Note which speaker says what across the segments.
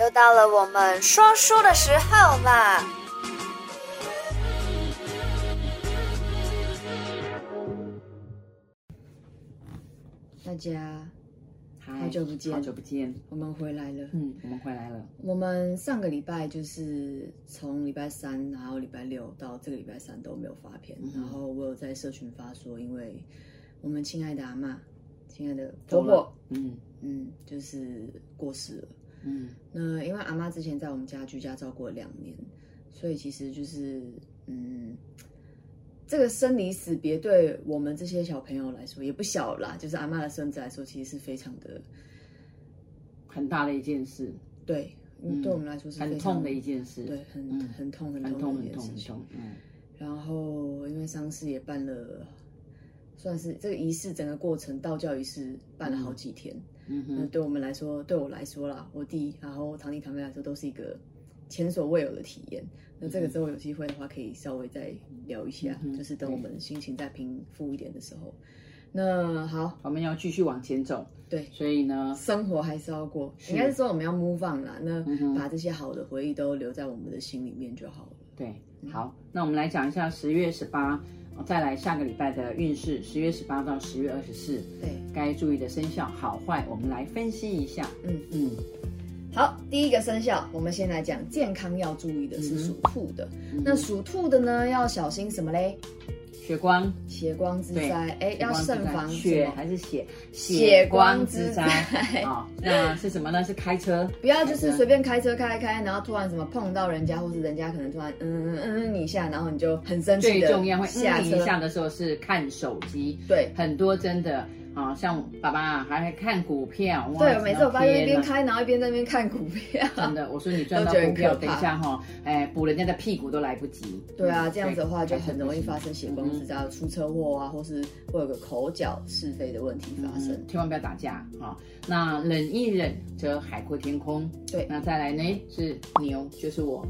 Speaker 1: 又到了我们说书的时候啦！
Speaker 2: 大家
Speaker 3: 嗨
Speaker 2: 好久不见
Speaker 3: 好久不见。
Speaker 2: 我们回来了。
Speaker 3: 嗯，我们回来了。
Speaker 2: 我们上个礼拜就是从礼拜三，然后礼拜六到这个礼拜三都没有发片，
Speaker 3: 嗯哼
Speaker 2: 然后我有在社群发说，因为我们亲爱的阿嬷、亲爱的婆
Speaker 3: 走
Speaker 2: 婆
Speaker 3: 了，。嗯
Speaker 2: 嗯，就是过世了。
Speaker 3: 嗯
Speaker 2: 那因为阿妈之前在我们家居家照顾了两年，所以其实就是嗯，这个生离死别对我们这些小朋友来说也不小啦，就是阿妈的孙子来说，其实是非常的
Speaker 3: 很大的一件事，
Speaker 2: 对，嗯，
Speaker 3: 嗯
Speaker 2: 对我们来说是
Speaker 3: 很
Speaker 2: 非常
Speaker 3: 痛的一件事，
Speaker 2: 对，很、
Speaker 3: 嗯
Speaker 2: 很痛很
Speaker 3: 很痛
Speaker 2: 痛的一件
Speaker 3: 很痛
Speaker 2: 事
Speaker 3: 很
Speaker 2: 情。
Speaker 3: 痛。嗯
Speaker 2: 然后因为丧事也办了，算是这个仪式整个过程道教仪式办了好几天，
Speaker 3: 嗯
Speaker 2: 那
Speaker 3: 哼，
Speaker 2: 对我们来说，对我来说啦，我弟然后堂弟堂妹来说都是一个前所未有的体验。那这个之后有机会的话，可以稍微再聊一下，
Speaker 3: 嗯嗯哼
Speaker 2: 就是等我们心情再平复一点的时候。那好，
Speaker 3: 我们要继续往前走，
Speaker 2: 对，
Speaker 3: 所以呢，
Speaker 2: 生活还是要过，
Speaker 3: 是
Speaker 2: 应该是说我们要 move on 啦。那
Speaker 3: 嗯哼
Speaker 2: 把这些好的回忆都留在我们的心里面就好了。
Speaker 3: 对，
Speaker 2: 嗯
Speaker 3: 好，那我们来讲一下十月十八，哦再来下个礼拜的运势，十月十八到十月二十四，
Speaker 2: 对，
Speaker 3: 该注意的生肖好坏，我们来分析一下。
Speaker 2: 嗯
Speaker 3: 嗯
Speaker 2: 好，第一个生肖，我们先来讲健康要注意的是
Speaker 3: 嗯哼
Speaker 2: 属兔的。那属兔的呢，要小心什么嘞？
Speaker 3: 血光，
Speaker 2: 血光之
Speaker 3: 对
Speaker 2: 灾，哎，要
Speaker 3: 血光之
Speaker 2: 慎
Speaker 3: 灾
Speaker 2: 防什
Speaker 3: 血
Speaker 2: 么
Speaker 3: 还是血？
Speaker 2: 血光之灾
Speaker 3: 啊、 那是什么呢？是开车，
Speaker 2: 不要就是随便开车开一开，然后突然什么碰到人家，或是人家可能突然嗯嗯嗯嗯你一下，然后你就很生气嗯
Speaker 3: 最
Speaker 2: 的
Speaker 3: 重要会
Speaker 2: 下
Speaker 3: 嗯你一
Speaker 2: 车。
Speaker 3: 下的时候是看手机，
Speaker 2: 对
Speaker 3: 很多真的啊、像爸爸啊还看股票，哇
Speaker 2: 对，我每次我发现一边。
Speaker 3: 天哪
Speaker 2: 开，然后一边在那边看股票。
Speaker 3: 真的，我说你赚到
Speaker 2: 都觉得
Speaker 3: 股票，
Speaker 2: 很可
Speaker 3: 等
Speaker 2: 怕
Speaker 3: 一下哈、哎，补人家的屁股都来不及。
Speaker 2: 对嗯啊，
Speaker 3: 嗯
Speaker 2: 这样子的话就
Speaker 3: 所以
Speaker 2: 很容易发生血光之灾，出车祸啊，或是会有个口角是非的问题发生。
Speaker 3: 嗯，千万不要打架啊、那忍一忍，则海阔天空。
Speaker 2: 对
Speaker 3: 那再来呢是牛，就是我，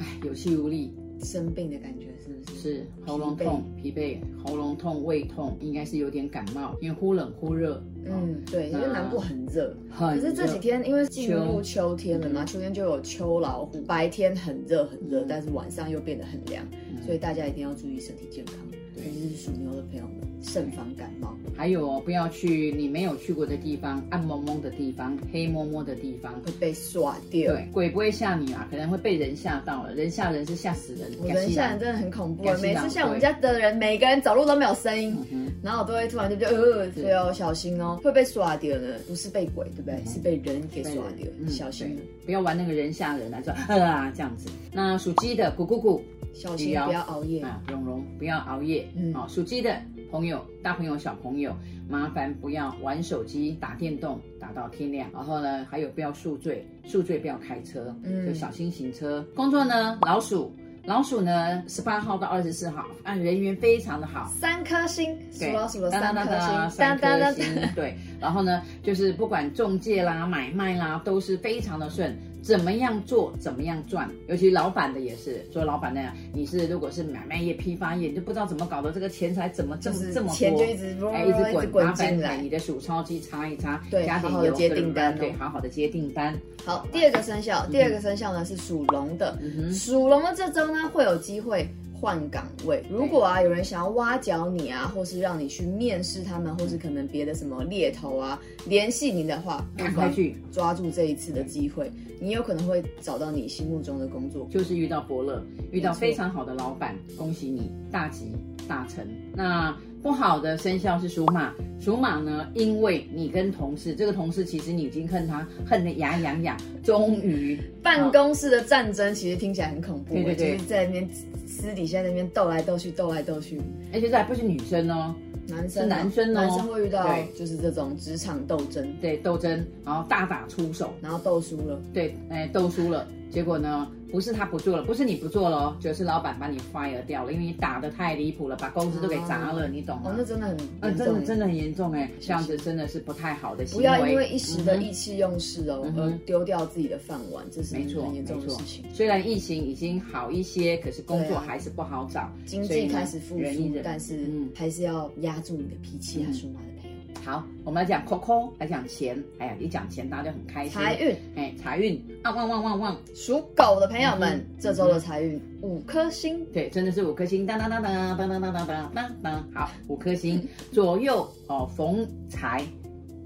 Speaker 3: 唉，有气无力，
Speaker 2: 生病的感觉是不嗯是？
Speaker 3: 是喉咙痛、疲惫、喉咙痛、胃痛，应该是有点感冒，因为忽冷忽热。嗯，
Speaker 2: 嗯，对，因为南部很热。
Speaker 3: 很
Speaker 2: 可是这几
Speaker 3: 热
Speaker 2: 天因为进入哦秋嗯天了嘛，秋天就有秋老虎，白天很热很热，
Speaker 3: 嗯
Speaker 2: 但是晚上又变得很凉，所以大家一定要注意身体健康，尤
Speaker 3: 对
Speaker 2: 其是属牛的朋友们，慎防感冒。
Speaker 3: 还有哦，不要去你没有去过的地方，暗蒙蒙的地方，黑摸摸的地方。
Speaker 2: 会被刷掉。
Speaker 3: 对，鬼不会吓你啊，可能会被人吓到了，人吓人是吓死人。
Speaker 2: 我
Speaker 3: 吓
Speaker 2: 人
Speaker 3: 死
Speaker 2: 吓人真的很恐怖啊
Speaker 3: 感，谢
Speaker 2: 每次
Speaker 3: 党
Speaker 2: 像我们
Speaker 3: 对
Speaker 2: 家的人，每个人走路都没有声音，
Speaker 3: 嗯
Speaker 2: 然后我都会突然就觉得呃，对哦，小心哦，会被刷掉的，不是被鬼，对不对？是被人给刷掉，
Speaker 3: 嗯
Speaker 2: 小心
Speaker 3: 对不要玩那个人吓人啊，就呃啊这样子。那属鸡的咕咕咕，
Speaker 2: 小心不要熬夜。
Speaker 3: 啊，蓉蓉不要熬夜，
Speaker 2: 嗯
Speaker 3: 哦，属鸡的朋友，大朋友小朋友，麻烦不要玩手机、打电动，打到天亮。然后呢，还有不要宿醉，宿醉不要开车，
Speaker 2: 嗯
Speaker 3: 就小心行车。工作呢，老鼠，老鼠呢，十八号到二十四号，啊，人缘非常的好。
Speaker 2: 三颗星，属
Speaker 3: 对
Speaker 2: 老鼠的三颗星，
Speaker 3: 三颗星，对，然后呢，就是不管中介啦、买卖啦，都是非常的顺，怎么样做，怎么样赚，尤其老板的也是，做老板那样，你是如果是买卖业、批发业，你就不知道怎么搞的，这个钱财怎么这
Speaker 2: 就
Speaker 3: 么
Speaker 2: 是
Speaker 3: 这么
Speaker 2: 钱
Speaker 3: 多
Speaker 2: 就一直哦
Speaker 3: 哎，
Speaker 2: 一
Speaker 3: 一
Speaker 2: 直
Speaker 3: 直滚，麻
Speaker 2: 滚进
Speaker 3: 烦
Speaker 2: 来
Speaker 3: 哎你。的数钞机擦一擦，
Speaker 2: 对
Speaker 3: 加点
Speaker 2: 好好地
Speaker 3: 油
Speaker 2: 接
Speaker 3: 对
Speaker 2: 订单哦
Speaker 3: 对，好好的接订单，
Speaker 2: 好，第二个生肖，第二个生肖呢是属龙
Speaker 3: 嗯
Speaker 2: 的，属龙的这周呢会有机会换岗位。如果啊有人想要挖角你啊，或是让你去面试他们，或是可能别的什么猎头啊联系你的话，
Speaker 3: 赶快去，
Speaker 2: 抓住这一次的机会，你有可能会找到你心目中的工作。
Speaker 3: 就是遇到伯乐，遇
Speaker 2: 没
Speaker 3: 到
Speaker 2: 错
Speaker 3: 非常好的老板，恭喜你大吉大成。那不好的生肖是属马，属马呢，因为你跟同事，这个同事其实你已经恨他恨得牙痒痒，终于
Speaker 2: 办公室的战争其实听起来很恐怖、
Speaker 3: 对对对
Speaker 2: 就是在那边私底下在那边斗来斗去，斗来斗去。
Speaker 3: 而且这还哎不是女生哦，
Speaker 2: 男生啊、
Speaker 3: 是男生哦
Speaker 2: 男生会遇到
Speaker 3: 对
Speaker 2: 就是这种职场斗争，
Speaker 3: 对，斗争，然后大打出手，
Speaker 2: 然后斗输了，哦
Speaker 3: 对，哎，斗输了，结果呢，不是他不做了，不是你不做了哦，就是老板把你 fire 掉了，因为你打得太离谱了，把公司都给砸了，你懂吗
Speaker 2: 哦，？那真的很
Speaker 3: 嗯，
Speaker 2: 严
Speaker 3: 真
Speaker 2: 重欸
Speaker 3: 的真的很严重哎，这样子真的是不太好的行
Speaker 2: 不
Speaker 3: 为。
Speaker 2: 要因为一时的
Speaker 3: 嗯哼
Speaker 2: 意气用事哦，
Speaker 3: 嗯哼
Speaker 2: 而丢掉自己的饭碗，这是
Speaker 3: 没错，
Speaker 2: 很严重的
Speaker 3: 没错
Speaker 2: 事情。
Speaker 3: 虽然疫情已经好一些，可是工
Speaker 2: 对
Speaker 3: 作
Speaker 2: 啊
Speaker 3: 还是不好找，
Speaker 2: 经
Speaker 3: 所以
Speaker 2: 济
Speaker 3: 呢
Speaker 2: 开始复
Speaker 3: 忍一
Speaker 2: 苏
Speaker 3: 忍，
Speaker 2: 但是
Speaker 3: 嗯
Speaker 2: 还是要压住你的脾气啊，
Speaker 3: 嗯
Speaker 2: 属马的朋友。
Speaker 3: 好，我们来讲 Coco，来讲钱。哎呀，一讲钱大家就很开心。
Speaker 2: 财运，
Speaker 3: 哎，财运，啊旺旺旺旺，
Speaker 2: 属狗的朋友
Speaker 3: 嗯
Speaker 2: 们，这周的财运五颗星，
Speaker 3: 对，真的是五颗星，当当当当当当当当当当当，好，五颗星左右哦，逢财。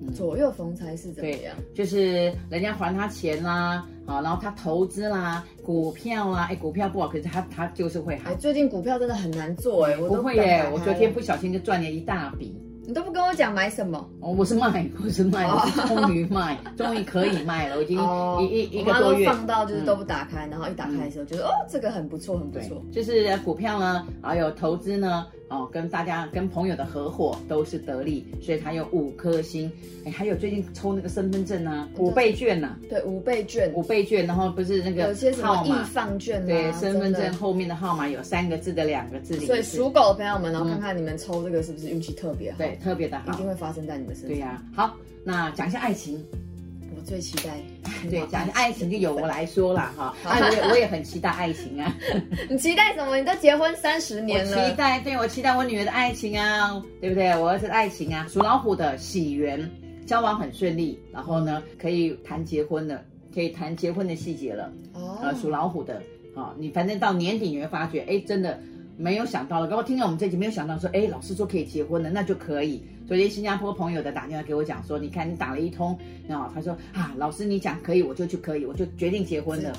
Speaker 3: 嗯
Speaker 2: 左右逢财是怎么样？
Speaker 3: 就是人家还他钱啦，好，然后他投资啦，股票啦，哎，股票不好，可是他他就是会好
Speaker 2: 哎，。最近股票真的很难做哎，我都
Speaker 3: 不会
Speaker 2: 敢
Speaker 3: 耶
Speaker 2: 打，
Speaker 3: 我
Speaker 2: 开
Speaker 3: 昨天
Speaker 2: 了
Speaker 3: 不小心就赚了一大笔。
Speaker 2: 你都不跟我讲买什么，
Speaker 3: 哦，我是卖， 我是卖，
Speaker 2: 哦
Speaker 3: 我是终于卖，终于可以卖了，我已经
Speaker 2: 哦
Speaker 3: 一一一
Speaker 2: 我
Speaker 3: 个
Speaker 2: 妈
Speaker 3: 多
Speaker 2: 都
Speaker 3: 月。
Speaker 2: 放到就是
Speaker 3: 嗯
Speaker 2: 都不打开，然后一打开的时候觉得哦这个很不错很不
Speaker 3: 对
Speaker 2: 错，，
Speaker 3: 就是股票呢，还有投资呢，哦，跟大家跟朋友的合伙都是得利，所以它有五颗星。哎，还有最近抽那个身份证啊，五倍券呐、
Speaker 2: 对五倍券，
Speaker 3: 五倍券，然后不是那
Speaker 2: 有
Speaker 3: 个
Speaker 2: 些什么
Speaker 3: 号
Speaker 2: 易
Speaker 3: 码，
Speaker 2: 放券啊，
Speaker 3: 对，身份
Speaker 2: 真
Speaker 3: 证
Speaker 2: 的。
Speaker 3: 后面的号码有三个字的、两个字的，
Speaker 2: 所以
Speaker 3: 数
Speaker 2: 属狗的朋友们，然后
Speaker 3: 嗯
Speaker 2: 看看你们抽这个是不是运气特别好，
Speaker 3: 对特别的
Speaker 2: 一
Speaker 3: 好
Speaker 2: 定，会发生在你的身上。
Speaker 3: 对呀、好，那讲一下爱情。
Speaker 2: 我最期待。
Speaker 3: 对，讲爱情就由我来说啦，哈，
Speaker 2: 好
Speaker 3: 啊，我也我也很期待爱情啊，
Speaker 2: 你期待什么？你都结婚三十
Speaker 3: 我
Speaker 2: 年
Speaker 3: 期
Speaker 2: 了，
Speaker 3: 待，对我期待我女儿的爱情啊，对不对？我儿子的爱情啊，属老虎的喜缘，交往很顺利，然后呢，可以谈结婚了，可以谈结婚的细节了，呃，属
Speaker 2: 哦，
Speaker 3: 老虎的，啊，你反正到年底你会发觉，哎，真的。没有想到了，然后听了我们这集，没有想到说，哎，老师说可以结婚了，那就可以。昨天新加坡朋友的打电话给我讲说，你看你打了一通，然后他说啊，老师你讲可以，我就去可以，我就决定结婚了。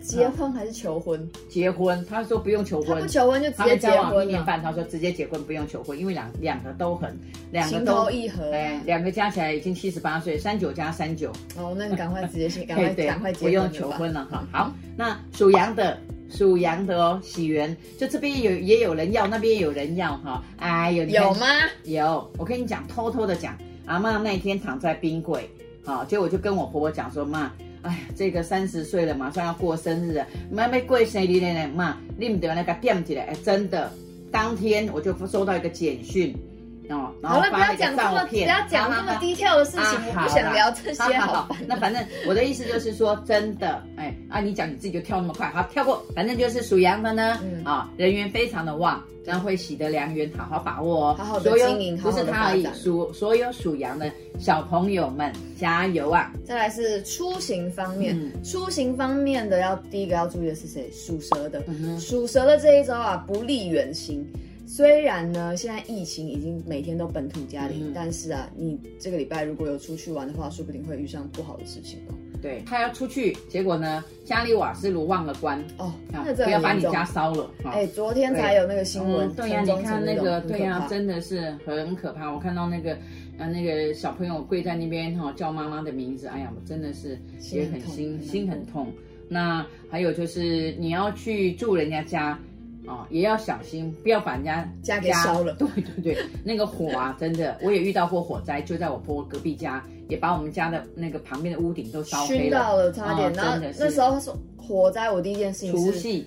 Speaker 2: 结婚还是求婚？
Speaker 3: 结婚，他说不用求
Speaker 2: 他
Speaker 3: 婚
Speaker 2: 不，求婚就直
Speaker 3: 他
Speaker 2: 接
Speaker 3: 们
Speaker 2: 结
Speaker 3: 交往一
Speaker 2: 婚
Speaker 3: 年
Speaker 2: 了，
Speaker 3: 半，他说直接结婚不用求婚，因为两两个都很，两个
Speaker 2: 情
Speaker 3: 都
Speaker 2: 投。意合。
Speaker 3: 哎，两个加起来已经七十八岁，三九加三九，
Speaker 2: 哦，那你赶快直 接去，赶
Speaker 3: 对
Speaker 2: 快
Speaker 3: 对
Speaker 2: 赶快，
Speaker 3: 不
Speaker 2: 结
Speaker 3: 用
Speaker 2: 婚
Speaker 3: 求
Speaker 2: 了吧。
Speaker 3: 婚了哈。好，那属羊的，属羊的哦，喜缘，就这边有也有人要，那边也有人要哈。哎呦，你看
Speaker 2: 有吗？
Speaker 3: 有，我跟你讲，偷偷的讲，阿妈那一天躺在冰柜，好、结果我就跟我婆婆讲说，妈，哎，这个三十岁了，马上要过生日了，妈要过生日了呢，妈，你们得那个惦起来，哎，真的，当天我就收到一个简讯，哦，然
Speaker 2: 好
Speaker 3: 后
Speaker 2: 了，不
Speaker 3: 发
Speaker 2: 要
Speaker 3: 了一个
Speaker 2: 讲这么
Speaker 3: 照
Speaker 2: 不
Speaker 3: 片，
Speaker 2: 要讲那么低调的事
Speaker 3: 啊
Speaker 2: 情，我不
Speaker 3: 好
Speaker 2: 想
Speaker 3: 啦
Speaker 2: 聊这些，
Speaker 3: 好
Speaker 2: 好
Speaker 3: 好
Speaker 2: 吧？
Speaker 3: 那反正我的意思就是说，真的，哎啊，你讲你自己就跳那么快，好跳过，反正就是属羊的呢，
Speaker 2: 嗯
Speaker 3: 啊，人缘非常的旺，然后会喜得良缘，好好把握哦。
Speaker 2: 好好地
Speaker 3: 所有
Speaker 2: 经营好
Speaker 3: 不
Speaker 2: 好地
Speaker 3: 是他而已
Speaker 2: 发，展
Speaker 3: 属所有属羊的小朋友们加油啊！
Speaker 2: 再来是出行方面，
Speaker 3: 嗯
Speaker 2: 出行方面的要第一个要注意的是谁？属蛇的，
Speaker 3: 嗯哼
Speaker 2: 属蛇的这一周啊，不利远行。虽然呢，现在疫情已经每天都本土加零，
Speaker 3: 嗯
Speaker 2: 但是啊，你这个礼拜如果有出去玩的话，说不定会遇上不好的事情哦。
Speaker 3: 对他要出去，结果呢，家里瓦斯炉忘了关，
Speaker 2: 哦，
Speaker 3: 啊
Speaker 2: 那，这
Speaker 3: 不要
Speaker 2: 很
Speaker 3: 把
Speaker 2: 严
Speaker 3: 你
Speaker 2: 重。
Speaker 3: 家烧了。啊
Speaker 2: 哎、昨天才有那个新闻，
Speaker 3: 嗯对呀、
Speaker 2: 城
Speaker 3: 你
Speaker 2: 中
Speaker 3: 看
Speaker 2: 城
Speaker 3: 那
Speaker 2: 那
Speaker 3: 个，
Speaker 2: 种
Speaker 3: 对呀、
Speaker 2: 很可怕
Speaker 3: 真的是很可怕。我看到那个，呃，那个小朋友跪在那边哈、叫妈妈的名字，哎呀，我真的是
Speaker 2: 心
Speaker 3: 也
Speaker 2: 很
Speaker 3: 很
Speaker 2: 痛很
Speaker 3: 心
Speaker 2: 难
Speaker 3: 心
Speaker 2: 过
Speaker 3: 很痛。那还有就是你要去住人家家。哦，也要小心，不要把人家
Speaker 2: 家给烧了
Speaker 3: 对对对，那个火啊，真的，我也遇到过火灾，就在我婆婆隔壁家，也把我们家的那个旁边的屋顶都烧
Speaker 2: 熏
Speaker 3: 黑了。
Speaker 2: 到了，差点。
Speaker 3: 哦
Speaker 2: 然后
Speaker 3: 真的是
Speaker 2: 那时候说火灾，我第一件事
Speaker 3: 除
Speaker 2: 情是
Speaker 3: 夕，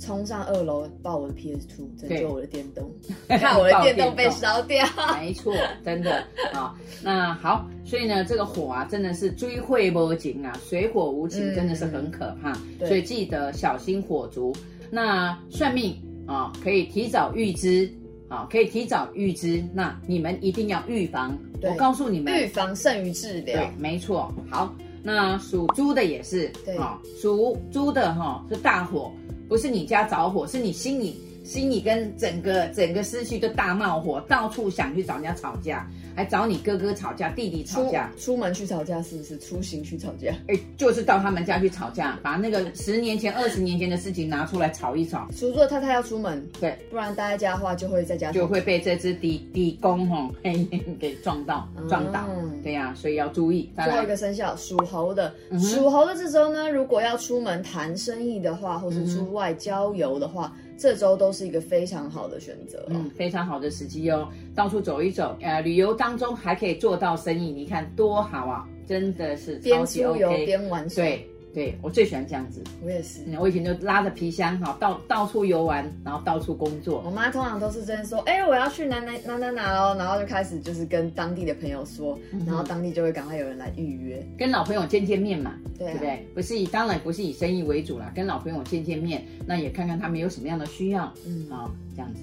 Speaker 2: 冲上二楼抱我的 PS Two，拯
Speaker 3: 对
Speaker 2: 救我的电 动，看我的
Speaker 3: 爆
Speaker 2: 电动被
Speaker 3: 电
Speaker 2: 烧 掉。
Speaker 3: 没错，真的啊。那好，所以呢，这个火啊，真的是追慧无情啊，水火无情，
Speaker 2: 嗯
Speaker 3: 真的是很可怕。
Speaker 2: 对
Speaker 3: 所以记得小心火烛。那算命啊，可以提早预知啊，可以提早预知。那你们一定要预防。
Speaker 2: 对
Speaker 3: 我告诉你们，
Speaker 2: 预防胜于治疗
Speaker 3: 对，，没错。好，那属猪的也是，
Speaker 2: 对
Speaker 3: 啊，属猪的哈、是大火，不是你家着火，是你心里心里跟整个整个思绪都大冒火，到处想去找人家吵架，还找你哥哥吵架、弟弟吵
Speaker 2: 出
Speaker 3: 架，
Speaker 2: 出门去吵架是不是？出行去吵架，
Speaker 3: 哎，就是到他们家去吵架，把那个十年前、二十年前的事情拿出来吵一吵，
Speaker 2: 除了太太要出门，
Speaker 3: 对，
Speaker 2: 不然待在家的话就会在家
Speaker 3: 就会被这只敌敌公吼、嘿嘿给撞到撞倒。
Speaker 2: 嗯
Speaker 3: 对呀、所以要注意。再
Speaker 2: 最后
Speaker 3: 来
Speaker 2: 一，个生肖属猴的，
Speaker 3: 嗯哼
Speaker 2: 属猴的这周呢，如果要出门谈生意的话，或是出外郊游的话，这周都是一个非常好的选择哦。
Speaker 3: 嗯，非常好的时机哦，到处走一走，呃，旅游当中还可以做到生意，你看多好啊，真的是超
Speaker 2: 边
Speaker 3: 级
Speaker 2: 出游
Speaker 3: OK。
Speaker 2: 边玩耍，
Speaker 3: 对对，我最喜欢这样子。
Speaker 2: 我也是。
Speaker 3: 嗯，我以前就拉着皮箱哈，到到处游玩，然后到处工作。
Speaker 2: 我妈通常都是真的说，哎、我要去哪哪哪哪哪哦，然后就开始就是跟当地的朋友说，然后当地就会赶快有人来预约。
Speaker 3: 跟老朋友见见面嘛，
Speaker 2: 对啊
Speaker 3: 不对？不是以当然不是以生意为主啦，跟老朋友见见面，那也看看他们有什么样的需要，哦
Speaker 2: 嗯
Speaker 3: 好、这样子。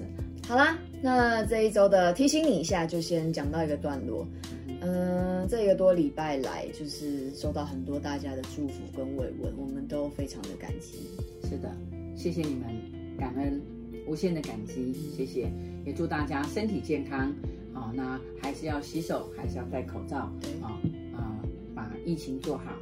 Speaker 2: 好啦，那这一周的提醒你一下，就先讲到一个段落。嗯，这一个多礼拜来，就是收到很多大家的祝福跟慰问，我们都非常的感激。
Speaker 3: 是的，谢谢你们，感恩，无限的感激，谢谢，也祝大家身体健康。哦，那还是要洗手，还是要戴口罩，
Speaker 2: 对
Speaker 3: 啊啊、把疫情做好。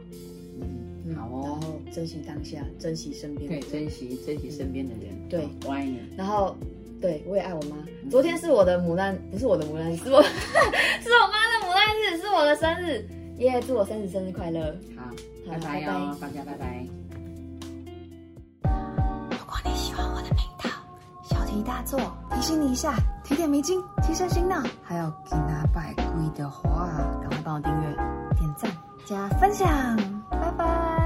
Speaker 3: 嗯，好
Speaker 2: 然
Speaker 3: 哦，
Speaker 2: 后珍惜当下，珍惜身边的
Speaker 3: 对，
Speaker 2: 人。
Speaker 3: 珍惜珍惜身边的人。
Speaker 2: 对
Speaker 3: 哦我爱你。
Speaker 2: 然后，对我也爱我妈。
Speaker 3: 嗯
Speaker 2: 昨天是我的母难，不是我的 母难，是我是我妈的母难日，是我的生日。耶、祝我生日生日快乐！
Speaker 3: 好，
Speaker 2: 好
Speaker 3: 拜拜哦，大家拜拜。
Speaker 4: 如果你喜欢我的频道，小题大做，提醒你一下，提点迷津，提升心脑。还有给拿百贵的话，赶快帮我订阅、点赞、加分享，拜拜。